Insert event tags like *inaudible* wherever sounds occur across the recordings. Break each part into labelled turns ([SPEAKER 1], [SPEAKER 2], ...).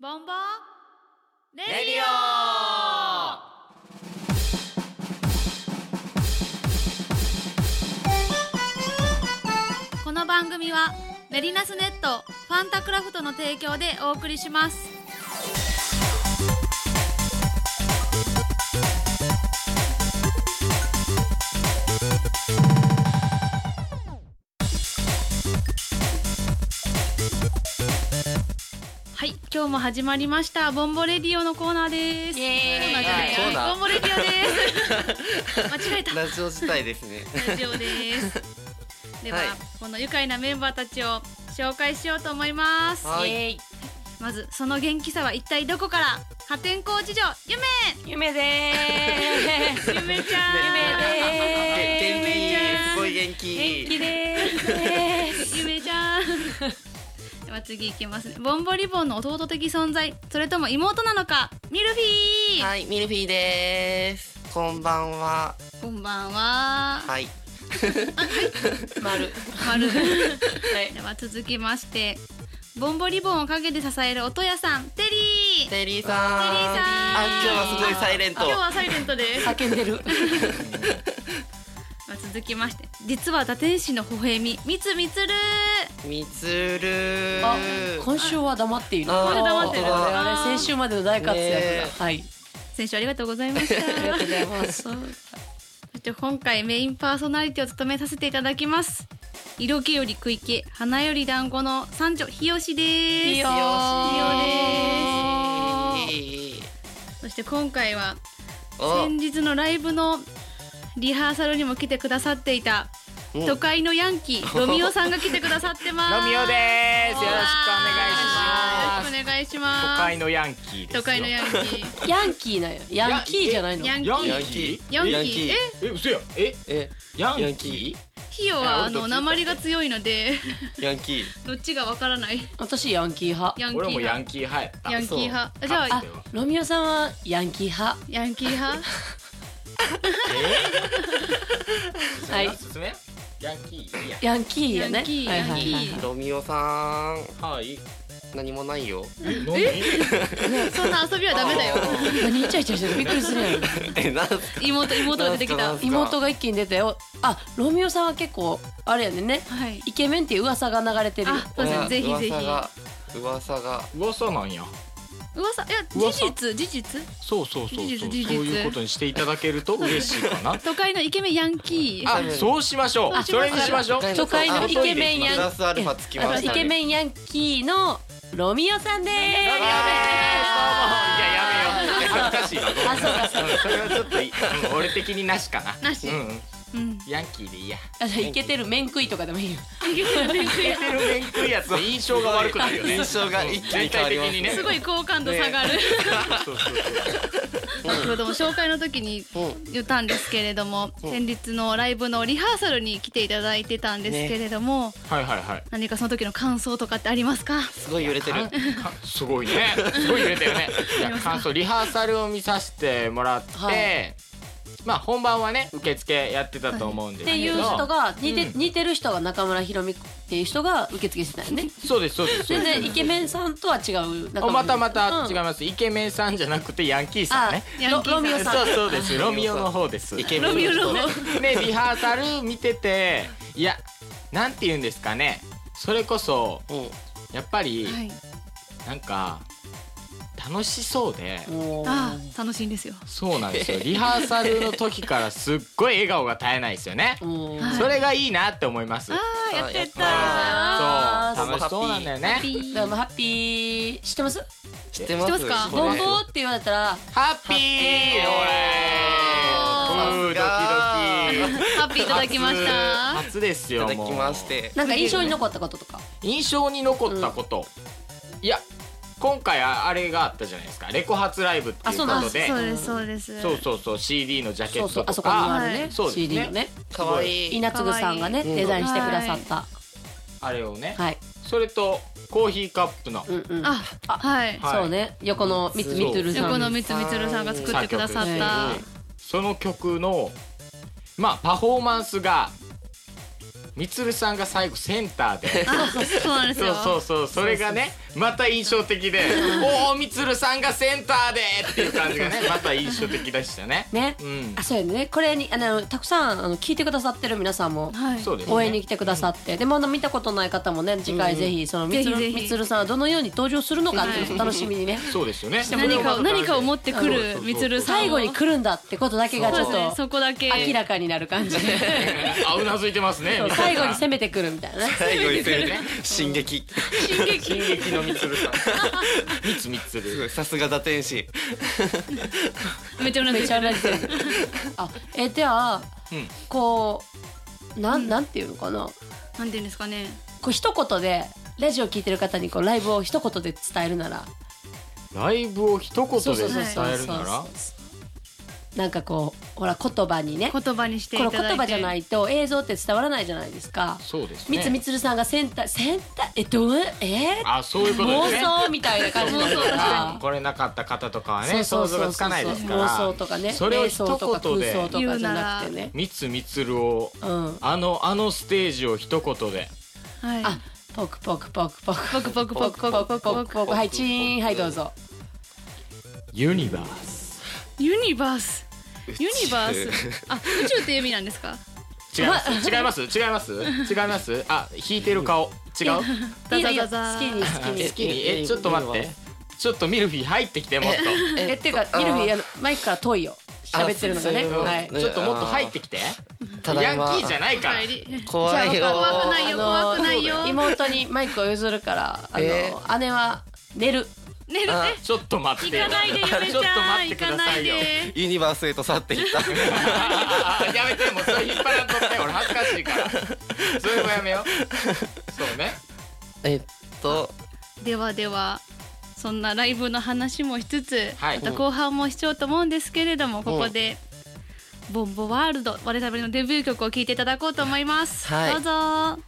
[SPEAKER 1] ボンボレ
[SPEAKER 2] レディ
[SPEAKER 1] オこの番組はメリナスネットファンタクラフトの提供でお送りしますはい今日も始まりましたボンボレディオのコーナーです
[SPEAKER 3] イエー
[SPEAKER 1] コー
[SPEAKER 3] イ
[SPEAKER 1] ナーじゃない
[SPEAKER 2] コーナー
[SPEAKER 1] ボンボレディオです間違えた
[SPEAKER 2] ラジオ自体ですね
[SPEAKER 1] ラジオです。
[SPEAKER 2] *laughs*
[SPEAKER 1] では、
[SPEAKER 2] はい
[SPEAKER 1] この愉快なメンバーたちを紹介しようと思います。
[SPEAKER 2] はい
[SPEAKER 3] イエーイ
[SPEAKER 1] まず、その元気さは一体どこから破天荒事情、
[SPEAKER 2] *laughs*
[SPEAKER 1] ゆめ
[SPEAKER 3] 夢でーす
[SPEAKER 1] ゆめちゃん
[SPEAKER 3] 夢
[SPEAKER 2] 元
[SPEAKER 3] で
[SPEAKER 2] 気
[SPEAKER 1] ー
[SPEAKER 2] すごい元気
[SPEAKER 3] 元気でーす
[SPEAKER 1] ゆめちゃんでは次いきますね。ボンボリボンの弟的存在、それとも妹なのか、ミルフィー、
[SPEAKER 2] はいミルフィーですこんばんは
[SPEAKER 1] こんばんは。
[SPEAKER 2] はい
[SPEAKER 3] 丸
[SPEAKER 1] 丸で
[SPEAKER 3] はい
[SPEAKER 1] は続きまして、ボンボリボンを陰で支える音屋さん、テリー
[SPEAKER 2] テリーさん
[SPEAKER 1] テリーさん
[SPEAKER 2] あ今日はすごいサイレント
[SPEAKER 1] 今日はサイレントです。
[SPEAKER 3] 叫んでる
[SPEAKER 1] まあ、続きまして実は堕天使の微笑みみつみつる
[SPEAKER 2] みつる
[SPEAKER 3] あ今週は黙っている
[SPEAKER 2] あ
[SPEAKER 1] 今週黙ってる
[SPEAKER 3] 我々
[SPEAKER 1] あー
[SPEAKER 3] 先週までの大活躍
[SPEAKER 2] ね
[SPEAKER 3] がはい
[SPEAKER 1] 先週ありがとうございました
[SPEAKER 3] ありがとうございます
[SPEAKER 1] そうそして今回メインパーソナリティを務めさせていただきます色気より食い気花より団子の三女日吉です
[SPEAKER 3] 日吉
[SPEAKER 2] です
[SPEAKER 1] そして今回は
[SPEAKER 2] お
[SPEAKER 1] 先日のライブのリハーサルにも来てくださっていた
[SPEAKER 2] うん
[SPEAKER 1] 都会のヤンキ
[SPEAKER 4] *laughs*
[SPEAKER 1] ーロミオさんが来てくださってます
[SPEAKER 4] ロミオです。よろしくお願いしま
[SPEAKER 1] よろ
[SPEAKER 4] す。
[SPEAKER 1] しくお願いし
[SPEAKER 4] 都
[SPEAKER 1] ます
[SPEAKER 4] 会のヤンキーです
[SPEAKER 1] 都
[SPEAKER 4] よ。
[SPEAKER 1] 会のヤンキ
[SPEAKER 3] ヤンキーなんやヤンキーじゃないの
[SPEAKER 1] ーヤンキ
[SPEAKER 4] ヤ
[SPEAKER 1] ー
[SPEAKER 2] ヤンキー
[SPEAKER 1] ヤンキー
[SPEAKER 2] ヤンキー
[SPEAKER 1] え
[SPEAKER 4] え、嘘や。え、
[SPEAKER 2] え
[SPEAKER 4] ヤ
[SPEAKER 2] ヤン
[SPEAKER 4] ン
[SPEAKER 2] キ
[SPEAKER 4] キ
[SPEAKER 1] ヒヨはあの鉛が強いので *laughs*
[SPEAKER 2] ーヤンキー
[SPEAKER 1] どっちがわからない
[SPEAKER 3] 私ヤンキー派
[SPEAKER 1] ヤン
[SPEAKER 4] ー？
[SPEAKER 1] キー
[SPEAKER 4] 俺もヤン
[SPEAKER 1] 派
[SPEAKER 4] キー派やった。
[SPEAKER 1] ヤンキー派あじゃ
[SPEAKER 3] あ
[SPEAKER 1] あ
[SPEAKER 4] そうかつては
[SPEAKER 3] ロミオさんはヤンキー派
[SPEAKER 1] ヤンキー派
[SPEAKER 3] はい
[SPEAKER 4] おすすめ？ヤンキーいいや。
[SPEAKER 3] ヤンキーや
[SPEAKER 1] ヤ
[SPEAKER 3] ね
[SPEAKER 1] ンキー
[SPEAKER 3] はいはい
[SPEAKER 1] ヤ
[SPEAKER 3] は
[SPEAKER 1] ンキ
[SPEAKER 3] い
[SPEAKER 1] ー
[SPEAKER 2] ロミオさん
[SPEAKER 4] はい。
[SPEAKER 2] 何もないよ
[SPEAKER 4] え？
[SPEAKER 1] そんな遊びはダメだよ
[SPEAKER 4] *laughs*
[SPEAKER 3] 何イチャイチャしてるびっくりす
[SPEAKER 1] *laughs*
[SPEAKER 3] るやん
[SPEAKER 2] *laughs* えなんすか
[SPEAKER 1] 妹妹が出てきた
[SPEAKER 2] ダ
[SPEAKER 1] は
[SPEAKER 2] ンスか
[SPEAKER 3] 妹が一気に出たよあロミオさんは結構あれやねんね
[SPEAKER 1] い
[SPEAKER 3] イケメンっていう噂が流れてる
[SPEAKER 1] あそうですねぜひぜひ
[SPEAKER 2] 噂が噂が
[SPEAKER 4] 噂なんや。
[SPEAKER 1] 噂いや事
[SPEAKER 4] 噂
[SPEAKER 1] 実事実
[SPEAKER 4] そうそうそうそう。
[SPEAKER 1] 事
[SPEAKER 4] そ
[SPEAKER 1] 実
[SPEAKER 4] う
[SPEAKER 1] 事実。
[SPEAKER 4] いうことにしていただけると嬉しいかな
[SPEAKER 1] *laughs* 都会のイケメンヤンキー
[SPEAKER 4] あ、そうしましょう。
[SPEAKER 1] そ
[SPEAKER 4] そうれ
[SPEAKER 1] し
[SPEAKER 4] に
[SPEAKER 1] まし
[SPEAKER 4] し
[SPEAKER 1] ょう
[SPEAKER 4] ましょ
[SPEAKER 3] 都
[SPEAKER 4] う。
[SPEAKER 3] 会のイケメンヤン
[SPEAKER 2] プラスアルファつき
[SPEAKER 3] あ
[SPEAKER 2] ま
[SPEAKER 3] の
[SPEAKER 2] し
[SPEAKER 3] イ
[SPEAKER 2] た
[SPEAKER 3] ケメ
[SPEAKER 2] ね
[SPEAKER 3] ンヤンキーのロミオさんで
[SPEAKER 4] ロミオですどうもいややめよう。恥ずかしいな。
[SPEAKER 3] あそうかそう
[SPEAKER 4] うんそれはちょっというん俺的になしかな。
[SPEAKER 1] なし
[SPEAKER 4] うんうん。
[SPEAKER 1] うん
[SPEAKER 4] ヤンキーでいいや。
[SPEAKER 3] すあじゃあイケてる麺食いとかでもいいよ
[SPEAKER 4] 聞いてる面食いやつって印象が悪くなるよね
[SPEAKER 2] 印象が一気に変わりますね
[SPEAKER 4] 全体的にね
[SPEAKER 1] すごい好感度下がる、
[SPEAKER 4] そうそうそう
[SPEAKER 1] 先ほども紹介の時に言ったんですけれども、
[SPEAKER 2] うん
[SPEAKER 1] 先日のライブのリハーサルに来ていただいてたんですけれども、
[SPEAKER 4] はいはいはい
[SPEAKER 1] 何かその時の感想とかってありますか
[SPEAKER 2] すごい揺れてる
[SPEAKER 4] かかすごいねすごい揺れてるねいや感想リハーサルを見させてもらって、
[SPEAKER 3] はい
[SPEAKER 4] まあ本番はね受付やってたと思うん
[SPEAKER 3] っ
[SPEAKER 4] です
[SPEAKER 3] て
[SPEAKER 4] け
[SPEAKER 3] いう
[SPEAKER 4] ど
[SPEAKER 3] 人が似て,、
[SPEAKER 4] うん
[SPEAKER 3] 似てる人が中村ひろみっていう人が受付してたよね
[SPEAKER 4] そうですそうですそう
[SPEAKER 3] 全
[SPEAKER 4] です
[SPEAKER 3] 然イケメンさんとは違う中村
[SPEAKER 4] おまたまた違
[SPEAKER 3] う
[SPEAKER 4] い
[SPEAKER 3] ん
[SPEAKER 4] ます、イケメンさんじゃなくてヤンキーさん
[SPEAKER 3] あ
[SPEAKER 4] ね
[SPEAKER 3] ロロミオさん
[SPEAKER 4] そうそうですロミオの方です
[SPEAKER 2] イケメ
[SPEAKER 1] ロ
[SPEAKER 2] ン
[SPEAKER 1] ミオロミオ
[SPEAKER 4] でリハーサル見てていやなんて言うんですかねそれこそ
[SPEAKER 2] うん
[SPEAKER 4] やっぱり、
[SPEAKER 1] はい
[SPEAKER 4] なんか楽しそうで、
[SPEAKER 3] おー
[SPEAKER 1] ああ楽しいんですよ
[SPEAKER 4] そうなん *laughs* ですよリハーサルの時からすっごい笑顔が絶えないですよね
[SPEAKER 3] おー
[SPEAKER 1] はい
[SPEAKER 4] それがいいなって思います
[SPEAKER 1] ああやってた
[SPEAKER 4] そ
[SPEAKER 3] あ
[SPEAKER 4] う
[SPEAKER 3] ー
[SPEAKER 4] 楽しそうなんだよ
[SPEAKER 1] ハッ
[SPEAKER 4] ね
[SPEAKER 1] ピ
[SPEAKER 3] で
[SPEAKER 1] ー
[SPEAKER 3] もハッピー知ってます
[SPEAKER 2] 知ってます
[SPEAKER 1] 知ってますか
[SPEAKER 2] これ
[SPEAKER 3] ボンボーって言われたら
[SPEAKER 4] ハッピー
[SPEAKER 1] お
[SPEAKER 4] 俺ドキドキ
[SPEAKER 1] ハッピーいただきました
[SPEAKER 4] 初初ですよ
[SPEAKER 2] いただ
[SPEAKER 4] もう
[SPEAKER 2] きまして
[SPEAKER 3] なんか印象に残ったこととか
[SPEAKER 4] 印象に残ったこと、いや今回ああれがあったじゃないですかレコ発ライブって
[SPEAKER 3] あ
[SPEAKER 4] いう
[SPEAKER 3] そ
[SPEAKER 4] こ
[SPEAKER 3] うなん
[SPEAKER 4] と
[SPEAKER 3] だ
[SPEAKER 4] で
[SPEAKER 1] そうですそうです
[SPEAKER 4] そうそうそう CD のジャケ
[SPEAKER 3] そ
[SPEAKER 4] ッ
[SPEAKER 3] う
[SPEAKER 4] ト
[SPEAKER 3] そうあそ
[SPEAKER 4] と
[SPEAKER 3] こに
[SPEAKER 4] か
[SPEAKER 3] あるね、
[SPEAKER 1] はい
[SPEAKER 4] そうですね
[SPEAKER 3] CD のね
[SPEAKER 2] かわいい
[SPEAKER 3] 稲継さんがね
[SPEAKER 2] かわいい
[SPEAKER 3] デザインしてくださった
[SPEAKER 4] あれをね、
[SPEAKER 3] はい、
[SPEAKER 4] それとコーヒーカップの
[SPEAKER 3] うんうん
[SPEAKER 1] あはい
[SPEAKER 4] はい
[SPEAKER 3] そうね横の三つみつるさん
[SPEAKER 1] 横のみつみつるさんが作ってくださっ
[SPEAKER 3] 作曲
[SPEAKER 1] た
[SPEAKER 4] その曲のまあパフォーマンスがみつるさんが最後センターで
[SPEAKER 1] あそうなんです
[SPEAKER 4] そ
[SPEAKER 1] よ
[SPEAKER 4] うそうそうそれがねまた印象的で「おおみつるさんがセンターで!」っていう感じがねまた印象的でしたね。
[SPEAKER 3] ね、
[SPEAKER 4] うん
[SPEAKER 3] あそうやねこれにあのたくさんあの聞いてくださってる皆さんも
[SPEAKER 1] はい
[SPEAKER 4] そうですね
[SPEAKER 3] 応援に来てくださって、でまだ見たことない方もね次回ぜひそのみ
[SPEAKER 1] ぜ
[SPEAKER 3] つ
[SPEAKER 1] ひ
[SPEAKER 3] る
[SPEAKER 1] ぜひ
[SPEAKER 3] みつるさんはどのように登場するのかっていうの
[SPEAKER 1] は
[SPEAKER 3] を
[SPEAKER 1] い
[SPEAKER 3] 楽しみにね
[SPEAKER 4] そうですよね。
[SPEAKER 1] 何かを何かを持
[SPEAKER 4] っ
[SPEAKER 1] ってくるみつるさんを
[SPEAKER 3] 最後に来るんだってことだけがち
[SPEAKER 1] そ
[SPEAKER 3] ょ
[SPEAKER 1] うですね
[SPEAKER 3] っと
[SPEAKER 1] そこだけ
[SPEAKER 3] 明らかになる感じ
[SPEAKER 4] *laughs* あうなずいてますね。
[SPEAKER 3] そう
[SPEAKER 4] みつるさん
[SPEAKER 3] 最後に攻めてくるみたいなね
[SPEAKER 2] 最後にするね進撃
[SPEAKER 1] 進撃
[SPEAKER 4] 進撃のみつるさん。みつみつ
[SPEAKER 2] す
[SPEAKER 4] る。
[SPEAKER 2] ごいさすが打天使
[SPEAKER 1] めっちゃうなずい
[SPEAKER 3] め
[SPEAKER 1] て
[SPEAKER 3] ちゃ
[SPEAKER 1] る
[SPEAKER 3] 同じですあえでは
[SPEAKER 4] うん
[SPEAKER 3] こうな
[SPEAKER 1] うん
[SPEAKER 3] んなんていうのかな
[SPEAKER 1] なんていうんですかね
[SPEAKER 3] こう一言でラジオ聞いてる方にこうライブを一言で伝えるなら
[SPEAKER 4] ライブを一言で伝えるな
[SPEAKER 3] そ
[SPEAKER 4] ら
[SPEAKER 3] うそうそうなんかこうほら言葉にねこ
[SPEAKER 1] 言葉にしていた
[SPEAKER 3] れ
[SPEAKER 1] だいて
[SPEAKER 3] 言葉じゃないと映像って伝わらないじゃないですか
[SPEAKER 4] そうです
[SPEAKER 3] みつみ
[SPEAKER 4] ね。
[SPEAKER 3] つるさんがセンターセンターえどうえ
[SPEAKER 4] あそういうこと
[SPEAKER 3] 妄
[SPEAKER 4] ですね。
[SPEAKER 3] 想みたいな感じになるから
[SPEAKER 4] あーこれなかった方とかはね想像がつかないですから。
[SPEAKER 3] 妄想とかね
[SPEAKER 4] それを
[SPEAKER 3] 瞑想とか
[SPEAKER 4] 一言で
[SPEAKER 3] 空想とかじゃなくてね
[SPEAKER 4] みつみつるを
[SPEAKER 3] うん
[SPEAKER 4] あのあのステージを一言で。
[SPEAKER 1] はい
[SPEAKER 3] あポクポクポクポク
[SPEAKER 1] ポクポクポ
[SPEAKER 3] ポ
[SPEAKER 1] ク
[SPEAKER 3] ク
[SPEAKER 1] ポ
[SPEAKER 3] ポ
[SPEAKER 1] ク
[SPEAKER 3] ク
[SPEAKER 1] ポ
[SPEAKER 3] ポ
[SPEAKER 1] クポ
[SPEAKER 3] ク
[SPEAKER 1] ク
[SPEAKER 3] ポクはいチーンはいどうぞ
[SPEAKER 4] ユニバース。
[SPEAKER 1] ユニバースユニバー
[SPEAKER 2] 宇
[SPEAKER 1] スあ宇宙っていう意味なんですか
[SPEAKER 4] 違います。違います。違います。違います。あ、弾いてる顔。違う。
[SPEAKER 1] ザザ
[SPEAKER 3] いいよ
[SPEAKER 1] ザザ
[SPEAKER 3] 好きに好き
[SPEAKER 4] え
[SPEAKER 3] に
[SPEAKER 4] 好きに。え、ちょっと待っ
[SPEAKER 2] いい
[SPEAKER 4] て
[SPEAKER 2] わ。
[SPEAKER 4] ちょっとミルフィー入ってきてもっと。
[SPEAKER 3] えっていうかミルフィーあのマイクから遠いよ
[SPEAKER 2] あ
[SPEAKER 3] 喋ってるのがね
[SPEAKER 2] そうそう
[SPEAKER 3] はい
[SPEAKER 2] ね
[SPEAKER 4] ちょっともっと入ってきて。
[SPEAKER 2] ただ
[SPEAKER 4] ヤ
[SPEAKER 2] い
[SPEAKER 4] ン
[SPEAKER 2] ま
[SPEAKER 4] キーじゃないから。
[SPEAKER 1] 帰り
[SPEAKER 2] 怖いよ
[SPEAKER 1] 怖くないよ怖くないよ
[SPEAKER 3] あの妹にマイクを譲るからあの、
[SPEAKER 2] え
[SPEAKER 3] 姉は寝る
[SPEAKER 1] 寝るね
[SPEAKER 2] あ
[SPEAKER 4] ちょっと待って
[SPEAKER 1] 行か
[SPEAKER 4] よ。
[SPEAKER 1] ないでゆめちゃん
[SPEAKER 4] ちょっと待って
[SPEAKER 1] 行
[SPEAKER 4] くだ
[SPEAKER 1] か
[SPEAKER 4] さ
[SPEAKER 1] ない
[SPEAKER 4] い
[SPEAKER 1] で
[SPEAKER 4] よ。
[SPEAKER 2] ユニバースへと去っていった
[SPEAKER 4] ああやめてもうそれ引っ張らんとって俺恥ずかしいから。それもやめよう。そうね。
[SPEAKER 2] *laughs* えっと
[SPEAKER 1] ではではそんなライブの話もしつつ、
[SPEAKER 4] はい
[SPEAKER 1] また後半もしようと思うんですけれどもここで「ボンボワールド」我々のデビュー曲を聴いていただこうと思います、
[SPEAKER 2] はい
[SPEAKER 1] どうぞ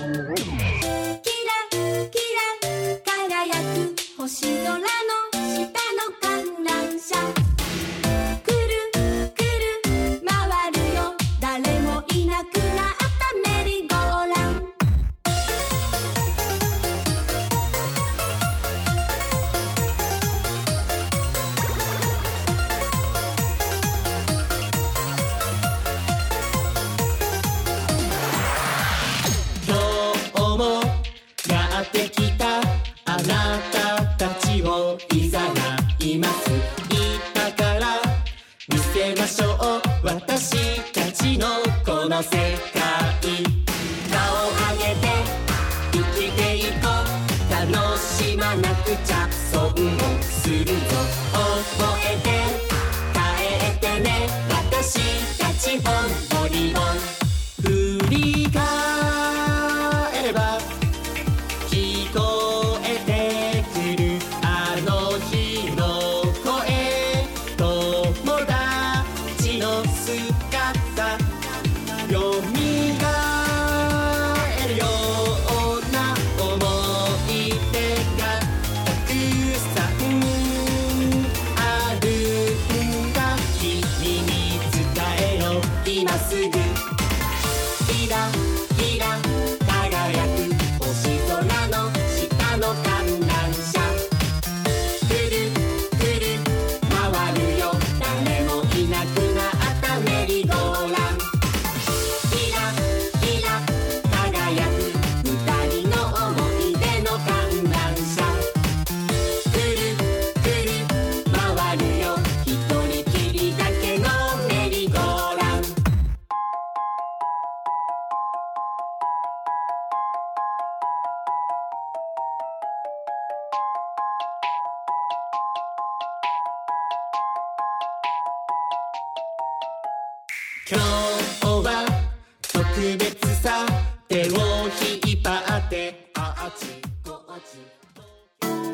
[SPEAKER 5] キラキラ輝く星空の下の観覧車くるくる回るよ誰もいなくなったメリーゴーラン
[SPEAKER 6] 今日もやってきたあなたたちをいざないます言ったから見せましょう私たちのこの世界顔を上げて生きていこう楽しまなくちゃ損をするぞ覚えて耐えてね私たち本当にも振り返れば聞こえてくるあの日の声友達の姿よみがえるような思い出がたくさんあるんだ君に伝えよう今すぐキラキラ輝く星空の下の観覧車くるくる回るよ誰もいなくなったメリーゴーランキラキラ輝く二人の思い出の観覧車くるくる回るよ一人きりだけのメリーゴーラン今日は特別さ手を引っ張ってあっちこっち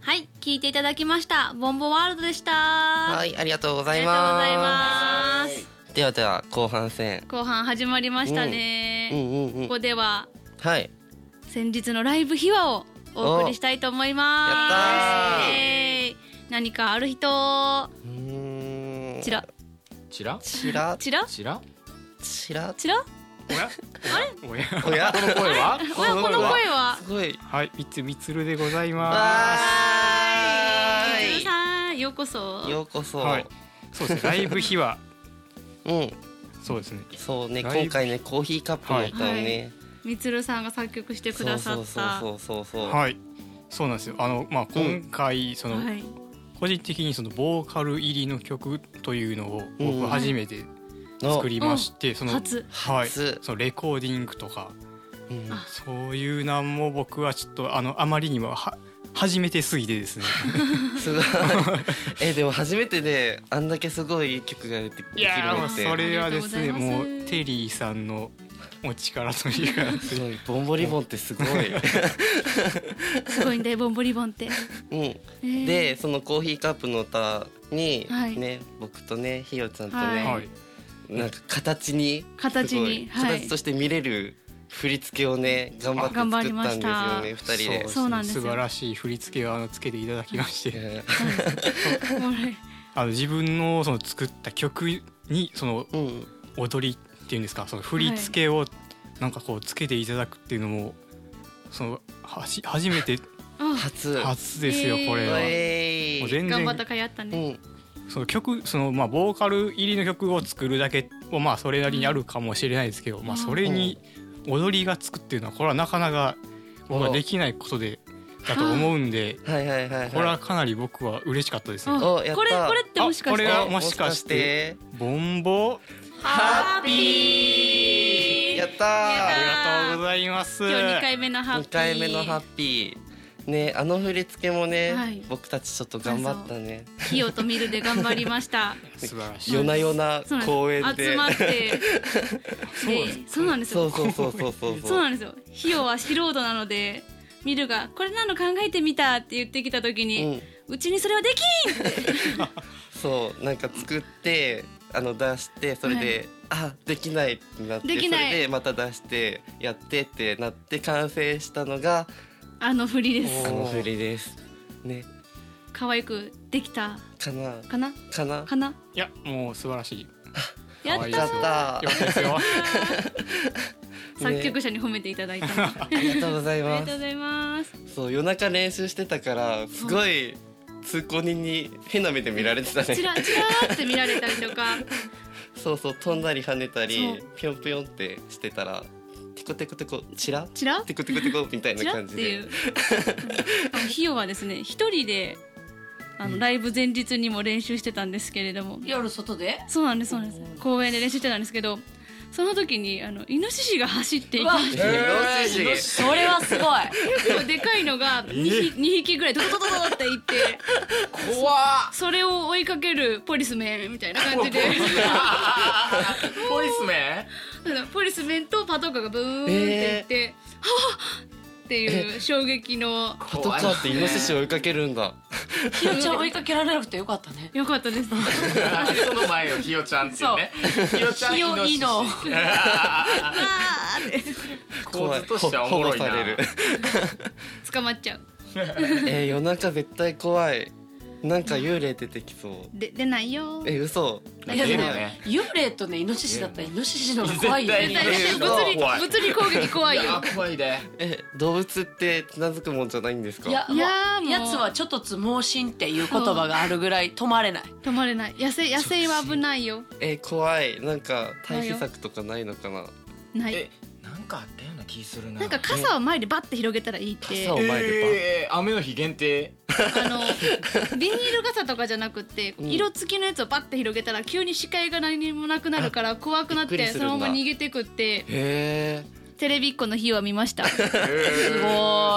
[SPEAKER 1] はい聴いていただきました「ボンボワールド」でした、
[SPEAKER 2] は
[SPEAKER 1] あ
[SPEAKER 2] いありがとうござ
[SPEAKER 1] り
[SPEAKER 2] い
[SPEAKER 1] がとうござい
[SPEAKER 2] ま
[SPEAKER 1] ます
[SPEAKER 2] すではでは後半戦
[SPEAKER 1] 後半始まりました
[SPEAKER 2] う
[SPEAKER 1] ね、
[SPEAKER 2] んうんうん
[SPEAKER 1] ここでは
[SPEAKER 2] はい
[SPEAKER 1] 先日のライブ秘話をお送りしたいと思います
[SPEAKER 2] おやったー
[SPEAKER 1] イエーイ何かある人
[SPEAKER 2] うーん
[SPEAKER 1] ちら
[SPEAKER 4] チラ
[SPEAKER 2] ちら
[SPEAKER 1] ちら
[SPEAKER 4] チラ
[SPEAKER 2] ちら
[SPEAKER 1] ちら
[SPEAKER 4] おやおや
[SPEAKER 2] お *laughs* や
[SPEAKER 4] この声は
[SPEAKER 1] おやこの声は
[SPEAKER 2] すごい
[SPEAKER 7] はい、みつみつるでござい
[SPEAKER 2] わ
[SPEAKER 7] ま
[SPEAKER 1] みつる
[SPEAKER 2] ー
[SPEAKER 1] さんようこそ
[SPEAKER 2] いようこそ、
[SPEAKER 7] す。はい、そうですね。 *laughs* ライブ秘話、
[SPEAKER 2] うん
[SPEAKER 7] そうですね。
[SPEAKER 2] そうね
[SPEAKER 7] ライブ
[SPEAKER 2] 今回ねコーヒーカップの歌をね、
[SPEAKER 1] みつるさんが作曲してく
[SPEAKER 2] そう
[SPEAKER 1] ださ
[SPEAKER 2] そう
[SPEAKER 1] っ
[SPEAKER 2] そ
[SPEAKER 1] た
[SPEAKER 2] うそうそうそう
[SPEAKER 7] はい、そうなんですよ。あのまあ今回その、
[SPEAKER 1] はい
[SPEAKER 7] 個人的にそのボーカル入りの曲というのを
[SPEAKER 2] うん
[SPEAKER 7] 僕初めて
[SPEAKER 2] の
[SPEAKER 7] 作りまして、その
[SPEAKER 1] 初
[SPEAKER 7] はい、
[SPEAKER 2] 初
[SPEAKER 7] そのレコーディングとか
[SPEAKER 2] うん
[SPEAKER 1] あ
[SPEAKER 7] そういうなんも僕はちょっとあのあまりにもは初めてすぎてですね。
[SPEAKER 2] すごい *laughs* えでも初めてであんだけすごい曲ができるの
[SPEAKER 7] もう
[SPEAKER 2] って
[SPEAKER 7] それはですね
[SPEAKER 1] ありがとうござ
[SPEAKER 7] も
[SPEAKER 1] います
[SPEAKER 7] うテリーさんのお力という
[SPEAKER 2] *laughs*
[SPEAKER 7] か。
[SPEAKER 2] すごいボンボリボンって
[SPEAKER 1] *laughs*
[SPEAKER 2] すごい
[SPEAKER 1] すごいんだよボンボリボンって、
[SPEAKER 2] うん
[SPEAKER 1] えー
[SPEAKER 2] *laughs* でそのコーヒーカップの歌に、
[SPEAKER 1] はい
[SPEAKER 2] ね僕とねひよちゃんと
[SPEAKER 1] は
[SPEAKER 2] ね、
[SPEAKER 7] はい、
[SPEAKER 2] なんか形に
[SPEAKER 1] 形に
[SPEAKER 2] すごい
[SPEAKER 1] はい
[SPEAKER 2] 形として見れる振り付けをね頑張って
[SPEAKER 1] 頑張
[SPEAKER 2] 作
[SPEAKER 1] りまし
[SPEAKER 2] ったたんですよね二人で
[SPEAKER 1] そうなんですよ
[SPEAKER 7] 素晴らしい振り付けをあのつけていただきまして、
[SPEAKER 2] え
[SPEAKER 1] もうね
[SPEAKER 7] あの自分のその作った曲にその
[SPEAKER 2] ーうん
[SPEAKER 7] 踊りっていうんですかその振り付けをなんかこうつけていただくっていうのもそのはし初めて
[SPEAKER 1] あ
[SPEAKER 2] 初
[SPEAKER 7] 初ですよ
[SPEAKER 1] えー
[SPEAKER 7] これは。
[SPEAKER 2] え
[SPEAKER 7] もう
[SPEAKER 2] ー
[SPEAKER 7] 全
[SPEAKER 1] 頑張
[SPEAKER 7] 然
[SPEAKER 1] った甲斐あった
[SPEAKER 2] う
[SPEAKER 1] ね、
[SPEAKER 2] ん
[SPEAKER 7] その曲そのまあボーカル入りの曲を作るだけをまあそれなりにあるかもしれないですけど、まあそれに踊りがつくっていうのはこれはなかなか僕はできないことでだと思うんで
[SPEAKER 2] はいはいはいはい
[SPEAKER 7] これはかなり僕は嬉しかったですね。
[SPEAKER 1] あ
[SPEAKER 2] おやった
[SPEAKER 1] これこれってもしかし
[SPEAKER 7] あこれ
[SPEAKER 1] て
[SPEAKER 7] がもしかしてボンボ
[SPEAKER 1] ハッピー
[SPEAKER 2] やった
[SPEAKER 7] あ
[SPEAKER 2] ー
[SPEAKER 7] りがとうございます。
[SPEAKER 1] 今日二回目のハッピ
[SPEAKER 2] 二
[SPEAKER 1] ー
[SPEAKER 2] 回目のハッピーねあの振り付けもね、
[SPEAKER 1] はい
[SPEAKER 2] 僕たちちょっと頑張ったね
[SPEAKER 1] ヒヨとミルで頑張りました。
[SPEAKER 7] 素晴らしい。
[SPEAKER 2] *laughs* 夜な夜な
[SPEAKER 1] そうなんです
[SPEAKER 2] 公園で
[SPEAKER 1] 集ま
[SPEAKER 2] *laughs*
[SPEAKER 1] って、でそうなんです
[SPEAKER 2] そ
[SPEAKER 1] よ
[SPEAKER 2] う。そうそうそうそう
[SPEAKER 1] そうなんですよ。ヒヨは素人なので、ミルがこれなの考えてみたって言ってきた時
[SPEAKER 2] う
[SPEAKER 1] に、
[SPEAKER 2] ん、
[SPEAKER 1] うちにそれはできん。
[SPEAKER 2] そうなんか作ってあの出してそれで、あできないってなって
[SPEAKER 1] できない
[SPEAKER 2] それでまた出してやってってなって完成したのが
[SPEAKER 1] あの振りです。
[SPEAKER 2] あの振りですね
[SPEAKER 1] 可愛くできた
[SPEAKER 2] かな
[SPEAKER 1] かな
[SPEAKER 2] かな
[SPEAKER 1] かない
[SPEAKER 7] やもう素晴らしい。
[SPEAKER 1] や
[SPEAKER 7] 可愛
[SPEAKER 1] っ
[SPEAKER 7] い
[SPEAKER 1] た
[SPEAKER 2] やっ
[SPEAKER 1] ー
[SPEAKER 2] た
[SPEAKER 7] よかったですよ。
[SPEAKER 1] *laughs* 作曲者に褒めていただいたの。 *laughs* あ
[SPEAKER 2] *laughs* ありがとうござい
[SPEAKER 1] りが
[SPEAKER 2] ま
[SPEAKER 1] とう
[SPEAKER 2] す
[SPEAKER 1] ございます。
[SPEAKER 2] そう夜中練習してたからすごい通行人に変な目で見られてた
[SPEAKER 1] チ
[SPEAKER 2] ね
[SPEAKER 1] ラチラーって見られたりとか、
[SPEAKER 2] そうそう飛んだり跳ねた
[SPEAKER 1] そ
[SPEAKER 2] り
[SPEAKER 1] う
[SPEAKER 2] ぴょんぴょんってしてたらテコテコテコチラ
[SPEAKER 1] チラ
[SPEAKER 2] テコテコテコみたい
[SPEAKER 1] ち
[SPEAKER 2] な
[SPEAKER 1] らっ
[SPEAKER 2] 感じ
[SPEAKER 1] てい
[SPEAKER 2] で
[SPEAKER 1] う。あの費用はですね、一人で、あの、ライブ前日にも練習してたんですけれども。
[SPEAKER 3] 夜外で
[SPEAKER 1] そうなんです、そうなんです。公園で練習してたんですけど、その時に、あの、イノシシが走っていて、
[SPEAKER 3] わ
[SPEAKER 2] イノシシ
[SPEAKER 3] それはすごい
[SPEAKER 1] 結構でかいのが2匹 ,2 匹ぐらいドドドドドっていって、
[SPEAKER 4] 怖っ
[SPEAKER 1] それを追いかけるポリスメンみたいな感
[SPEAKER 2] *laughs*
[SPEAKER 1] じで、
[SPEAKER 4] ポリスメ
[SPEAKER 1] あのポリスメンとパトカーがブーンっていって、はぁっていう衝撃の、
[SPEAKER 4] ン
[SPEAKER 2] パトカーってイノシシを追いかけるんだ。
[SPEAKER 3] *laughs* ひよちゃん追いかけられなくてよかったね
[SPEAKER 1] よかったです。
[SPEAKER 4] その前をひよちゃんってい
[SPEAKER 1] *laughs*
[SPEAKER 4] うねひよちゃん
[SPEAKER 3] ひよいいの
[SPEAKER 4] 構図としてはお
[SPEAKER 2] ほ保
[SPEAKER 4] も
[SPEAKER 2] 護
[SPEAKER 4] ろいな
[SPEAKER 2] される。
[SPEAKER 1] 捕まっちゃう。
[SPEAKER 2] えー夜中絶対怖い。なんか幽霊出てきそう。
[SPEAKER 1] で出ないよ。
[SPEAKER 2] え嘘。
[SPEAKER 3] いやで
[SPEAKER 4] 出る
[SPEAKER 3] も
[SPEAKER 4] よね
[SPEAKER 3] 幽霊とねイノシシだったらイノシシの方が怖いよ
[SPEAKER 4] 絶対
[SPEAKER 3] ね
[SPEAKER 1] 私
[SPEAKER 4] に
[SPEAKER 1] 物理
[SPEAKER 4] 怖い
[SPEAKER 1] 物理攻撃怖
[SPEAKER 4] い
[SPEAKER 1] いよ。
[SPEAKER 4] や怖いで
[SPEAKER 2] え動物ってつなづくもんじゃないんですか。
[SPEAKER 3] いや
[SPEAKER 1] いやー
[SPEAKER 3] もう
[SPEAKER 1] もう
[SPEAKER 3] やつはちょっとつ盲信っていう言葉があるぐらい止まれない
[SPEAKER 1] 止まれない。野生野生は危ないよ。
[SPEAKER 2] えー怖い。なんか対比策とかないのかな。
[SPEAKER 1] ない。
[SPEAKER 4] えなんかあったような気するな
[SPEAKER 1] なんか傘を前でバッて広げたらいいって。
[SPEAKER 2] 傘を前で
[SPEAKER 4] えー雨の日限定
[SPEAKER 1] あのビニール傘とかじゃなくて
[SPEAKER 2] ん
[SPEAKER 1] 色付きのやつをパッて広げたら急に視界が何もなくなるから怖くなっ
[SPEAKER 2] びっくり
[SPEAKER 1] て
[SPEAKER 2] す
[SPEAKER 1] そ
[SPEAKER 2] るんだ
[SPEAKER 1] のまま逃げてくって
[SPEAKER 2] パ。へえ。
[SPEAKER 1] テレビっ子の日は見ました
[SPEAKER 4] す
[SPEAKER 3] すご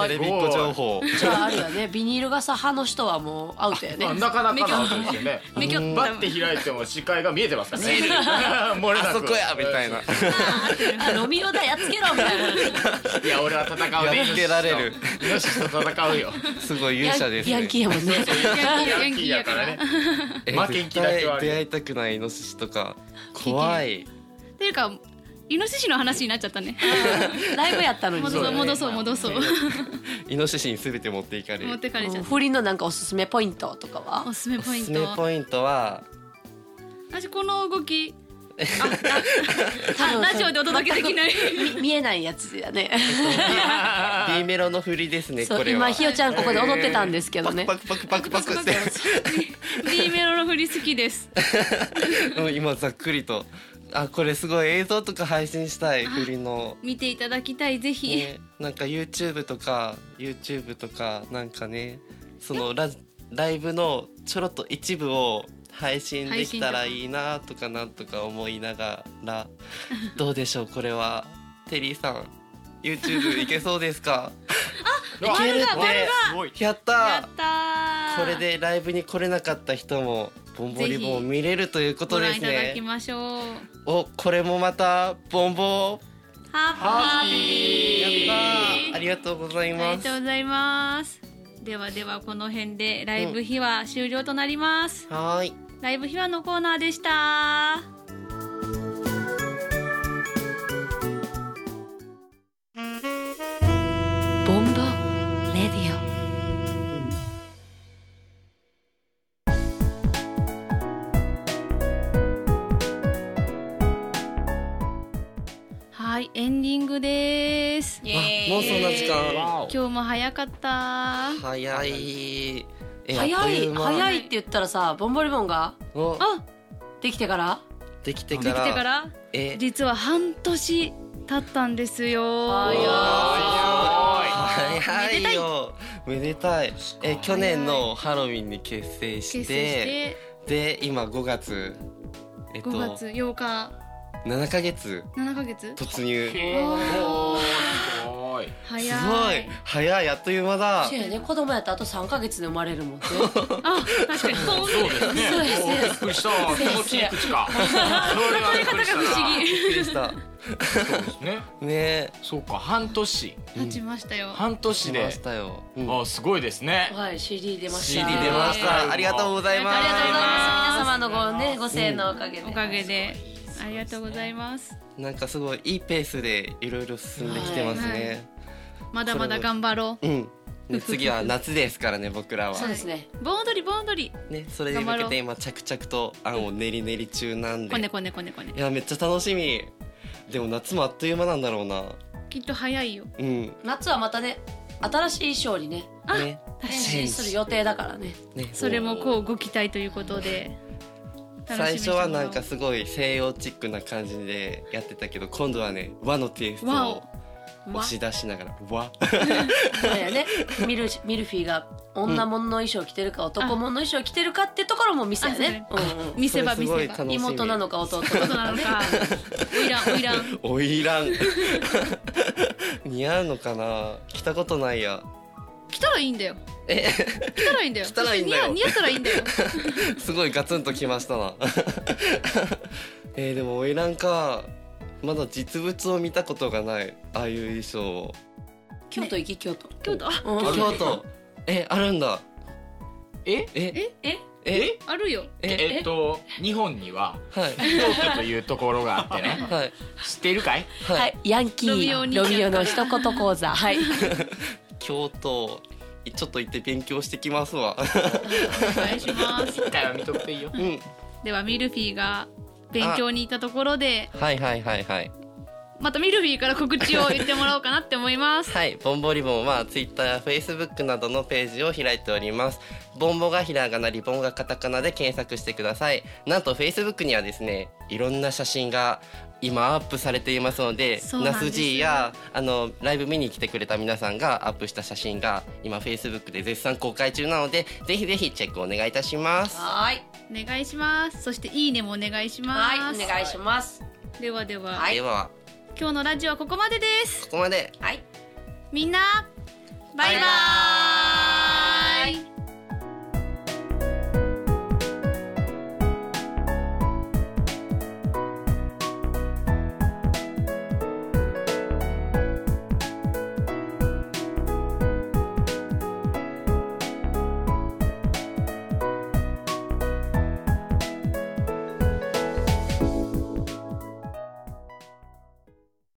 [SPEAKER 2] テレビっ子情報
[SPEAKER 3] いじゃああれだねビニール傘派の人はもうアウトやね
[SPEAKER 4] なかなかなことですよね
[SPEAKER 1] めきょった
[SPEAKER 4] バッて開いても視界が見えてますからね *laughs* 漏れなく
[SPEAKER 2] あそこやみたいな
[SPEAKER 3] あロミオだやっつけろみたい
[SPEAKER 4] いや俺は戦うね
[SPEAKER 2] やっつけられる
[SPEAKER 4] イノシシと戦うよ
[SPEAKER 2] すごい勇者
[SPEAKER 3] な
[SPEAKER 2] です
[SPEAKER 3] ヤン
[SPEAKER 2] ね
[SPEAKER 3] キーやもんね
[SPEAKER 1] ヤ
[SPEAKER 4] ヤン
[SPEAKER 1] ン
[SPEAKER 4] キ
[SPEAKER 1] キー
[SPEAKER 4] ーや
[SPEAKER 1] や
[SPEAKER 4] か
[SPEAKER 1] からら
[SPEAKER 4] ね
[SPEAKER 1] ね
[SPEAKER 2] え
[SPEAKER 4] 負けん気だけは
[SPEAKER 2] 絶対
[SPEAKER 4] ある
[SPEAKER 2] 出
[SPEAKER 4] よ
[SPEAKER 2] 会いたくないイノシシとか怖い
[SPEAKER 1] っていうかイノシシの話になっちゃったね
[SPEAKER 3] ライブやったのに
[SPEAKER 1] 戻そ
[SPEAKER 3] そ
[SPEAKER 1] うう
[SPEAKER 3] だね
[SPEAKER 1] 戻そう戻そう
[SPEAKER 2] イノシシに全て持っていかれ
[SPEAKER 1] 持っ
[SPEAKER 2] る
[SPEAKER 1] てかれちゃった
[SPEAKER 3] 不倫のなんかおすすめポイントとか
[SPEAKER 1] お
[SPEAKER 3] は
[SPEAKER 1] すすめ
[SPEAKER 2] お
[SPEAKER 1] ポイ
[SPEAKER 2] す
[SPEAKER 1] ン
[SPEAKER 2] す
[SPEAKER 1] ト
[SPEAKER 2] めポイントは
[SPEAKER 1] 私この動き
[SPEAKER 3] 多分
[SPEAKER 1] ラジオでお届けできない
[SPEAKER 3] み見えないやつやね
[SPEAKER 2] B メロの振りですね
[SPEAKER 3] そ
[SPEAKER 2] こ
[SPEAKER 3] う
[SPEAKER 2] れ
[SPEAKER 3] 今
[SPEAKER 2] は
[SPEAKER 3] ひよちゃんここで踊ってたんですけどね
[SPEAKER 2] パクパクパクパクって
[SPEAKER 1] B メロの振り好きです
[SPEAKER 2] うん今ざっくりとあこれすごい映像とか配信したい振りの
[SPEAKER 1] 見ていただきたいぜひ、
[SPEAKER 2] ね、なんか YouTube とか YouTube とかなんかねそのラライブのちょろっと一部を配信できたらいいなとかなんとか思いなが
[SPEAKER 1] *laughs*
[SPEAKER 2] らどうでしょうこれはテリーさん YouTube いけそうですかいける
[SPEAKER 1] バル
[SPEAKER 7] すごい
[SPEAKER 2] やった
[SPEAKER 1] やったー
[SPEAKER 2] これでライブに来れなかった人もボンボリボン見れるということ
[SPEAKER 1] ご
[SPEAKER 2] で
[SPEAKER 1] 覧い
[SPEAKER 2] す
[SPEAKER 1] ただき
[SPEAKER 2] ね
[SPEAKER 1] ましょう
[SPEAKER 2] おこれもまたボンボ
[SPEAKER 1] ハッピー
[SPEAKER 2] やったありがとうござい
[SPEAKER 1] あ
[SPEAKER 2] ま
[SPEAKER 1] り
[SPEAKER 2] す
[SPEAKER 1] がとうございますではではこの辺でライブ秘話終了となります、
[SPEAKER 2] はーい
[SPEAKER 1] ライブ秘話のコーナーでした
[SPEAKER 3] ボンボレディオ
[SPEAKER 1] はいエンディングです
[SPEAKER 2] あもうそんな時間
[SPEAKER 4] わお
[SPEAKER 1] 今日も早かった
[SPEAKER 2] 早いえ
[SPEAKER 3] 早い早
[SPEAKER 2] い
[SPEAKER 3] いって言ったらさボンボリボンが
[SPEAKER 2] お
[SPEAKER 1] あ
[SPEAKER 3] できてから
[SPEAKER 2] できて
[SPEAKER 1] で
[SPEAKER 2] か
[SPEAKER 1] きて
[SPEAKER 2] ら
[SPEAKER 1] から
[SPEAKER 2] え
[SPEAKER 1] 実は半年経ったんですよ
[SPEAKER 3] 早い
[SPEAKER 2] 早いよめでたいえ去年のハロウィンに結成して
[SPEAKER 1] 結成して
[SPEAKER 2] で今5月えっと
[SPEAKER 1] 5月8日
[SPEAKER 2] 7ヶ月
[SPEAKER 1] 7ヶ月
[SPEAKER 2] 突入す
[SPEAKER 4] おーすごい
[SPEAKER 1] 早
[SPEAKER 2] ご
[SPEAKER 1] い
[SPEAKER 2] い早いあっという間だ
[SPEAKER 3] そうやね子供やったらあと3ヶ月で生まれるもんね
[SPEAKER 1] あ確かにほんまに
[SPEAKER 4] そうですね
[SPEAKER 3] そうです
[SPEAKER 4] おーびっくりした気持ちいい口かそれはびっくりした
[SPEAKER 1] 不思
[SPEAKER 4] な
[SPEAKER 1] 議
[SPEAKER 2] びっくりした
[SPEAKER 4] そうですね
[SPEAKER 2] ね
[SPEAKER 4] そうか半年
[SPEAKER 1] 経ちましたよ
[SPEAKER 4] 半年
[SPEAKER 2] し
[SPEAKER 4] で
[SPEAKER 2] ましたよ、うん
[SPEAKER 4] あすごいですね
[SPEAKER 3] はい CD 出まし
[SPEAKER 2] CD
[SPEAKER 3] た
[SPEAKER 2] 出まし
[SPEAKER 4] えー
[SPEAKER 2] たありがとうございます
[SPEAKER 3] ありがとうございます皆
[SPEAKER 1] あ
[SPEAKER 3] 様のご,、ね、ご声援のおかげで、
[SPEAKER 1] おかげでありがとうございます
[SPEAKER 2] なんかすごいいいペースでいろいろ進んできてますね、
[SPEAKER 1] まだまだ頑張ろ
[SPEAKER 2] うん次は夏ですか
[SPEAKER 1] *laughs*
[SPEAKER 2] らね僕らは
[SPEAKER 3] そうですね
[SPEAKER 1] う盆踊り盆踊り
[SPEAKER 2] ね、それに向けて今着々と案を練り練り中なんで、
[SPEAKER 1] こね
[SPEAKER 2] い
[SPEAKER 1] こねこねこね
[SPEAKER 2] やめっちゃ楽しみでも夏もあっという間なんだろうな
[SPEAKER 1] きっと早いよ
[SPEAKER 2] うん
[SPEAKER 3] 夏はまたね新しい衣装にね
[SPEAKER 1] あ
[SPEAKER 2] ね
[SPEAKER 3] 変身する予定だからね
[SPEAKER 2] ね
[SPEAKER 1] それもこうご期待ということで楽しみ
[SPEAKER 2] 最
[SPEAKER 1] にし
[SPEAKER 2] 初
[SPEAKER 1] てもらお
[SPEAKER 2] は
[SPEAKER 1] う
[SPEAKER 2] なんかすごい西洋チックな感じでやってたけど今度はね和のテイス
[SPEAKER 1] 和
[SPEAKER 2] ト
[SPEAKER 1] を
[SPEAKER 2] を押し出しながら和
[SPEAKER 3] そうやねミルミルフィーが女物の衣装着てるか男物の衣装着てるかってところも見せやね、うんうん
[SPEAKER 1] 見せ場見
[SPEAKER 2] それ
[SPEAKER 1] せ
[SPEAKER 2] す
[SPEAKER 1] 場
[SPEAKER 2] ごい楽しみ
[SPEAKER 3] 妹なのか弟
[SPEAKER 1] そうなのかおいらんおいらん
[SPEAKER 2] *laughs* おいらん *laughs* 似合うのかな着たことないや
[SPEAKER 1] 来たらいいんだよ
[SPEAKER 2] え
[SPEAKER 1] 来たらいいんだよ
[SPEAKER 2] 来たらいいんだよ
[SPEAKER 1] 似合似合ったらいいんだよ
[SPEAKER 2] すごいガツンときましたな *laughs* えーでも花魁かまだ実物を見たことがないああいう衣装を
[SPEAKER 3] 京都行き京都
[SPEAKER 1] 京都あ
[SPEAKER 3] うん
[SPEAKER 4] る
[SPEAKER 2] 京都えあるんだ
[SPEAKER 4] え
[SPEAKER 2] え
[SPEAKER 1] え
[SPEAKER 2] え
[SPEAKER 1] あるよ
[SPEAKER 2] え
[SPEAKER 4] えっと日本には
[SPEAKER 2] はい
[SPEAKER 4] 京都というところがあってね
[SPEAKER 2] はい
[SPEAKER 4] 知っているかい
[SPEAKER 2] はい、
[SPEAKER 3] はい、ヤンキー
[SPEAKER 1] ロミオ兄ちゃん
[SPEAKER 3] ロミオの一言講座はい
[SPEAKER 2] 京都ちょっと行って勉強してきます *laughs* わ
[SPEAKER 1] お願いし
[SPEAKER 4] *laughs*
[SPEAKER 1] ます
[SPEAKER 4] 一回は見とくといいよ
[SPEAKER 2] うん
[SPEAKER 1] ではミルフィーが勉強に行ったところで
[SPEAKER 2] はいはいはいはい
[SPEAKER 1] またミルフィーから告知を言ってもらおうかなって思います
[SPEAKER 2] はい、ボンボリボンはツイッターやフェイスブックなどのページを開いております。ボンボがひらがな、リボンがカタカナで検索してください。なんとフェイスブックにはですね、いろんな写真が今アップされていますので、
[SPEAKER 1] そうなんで
[SPEAKER 2] ナ
[SPEAKER 1] すよ
[SPEAKER 2] ス G やあのライブ見に来てくれた皆さんがアップした写真が今フェイスブックで絶賛公開中なので、ぜひぜひチェックお願いいたします。
[SPEAKER 3] はい
[SPEAKER 1] お願いしますそしていいねもお願いします
[SPEAKER 3] はいお願いします
[SPEAKER 1] ではでは、
[SPEAKER 2] では、
[SPEAKER 1] 今日のラジオはここまでです
[SPEAKER 2] こまで
[SPEAKER 1] みんなバイバイ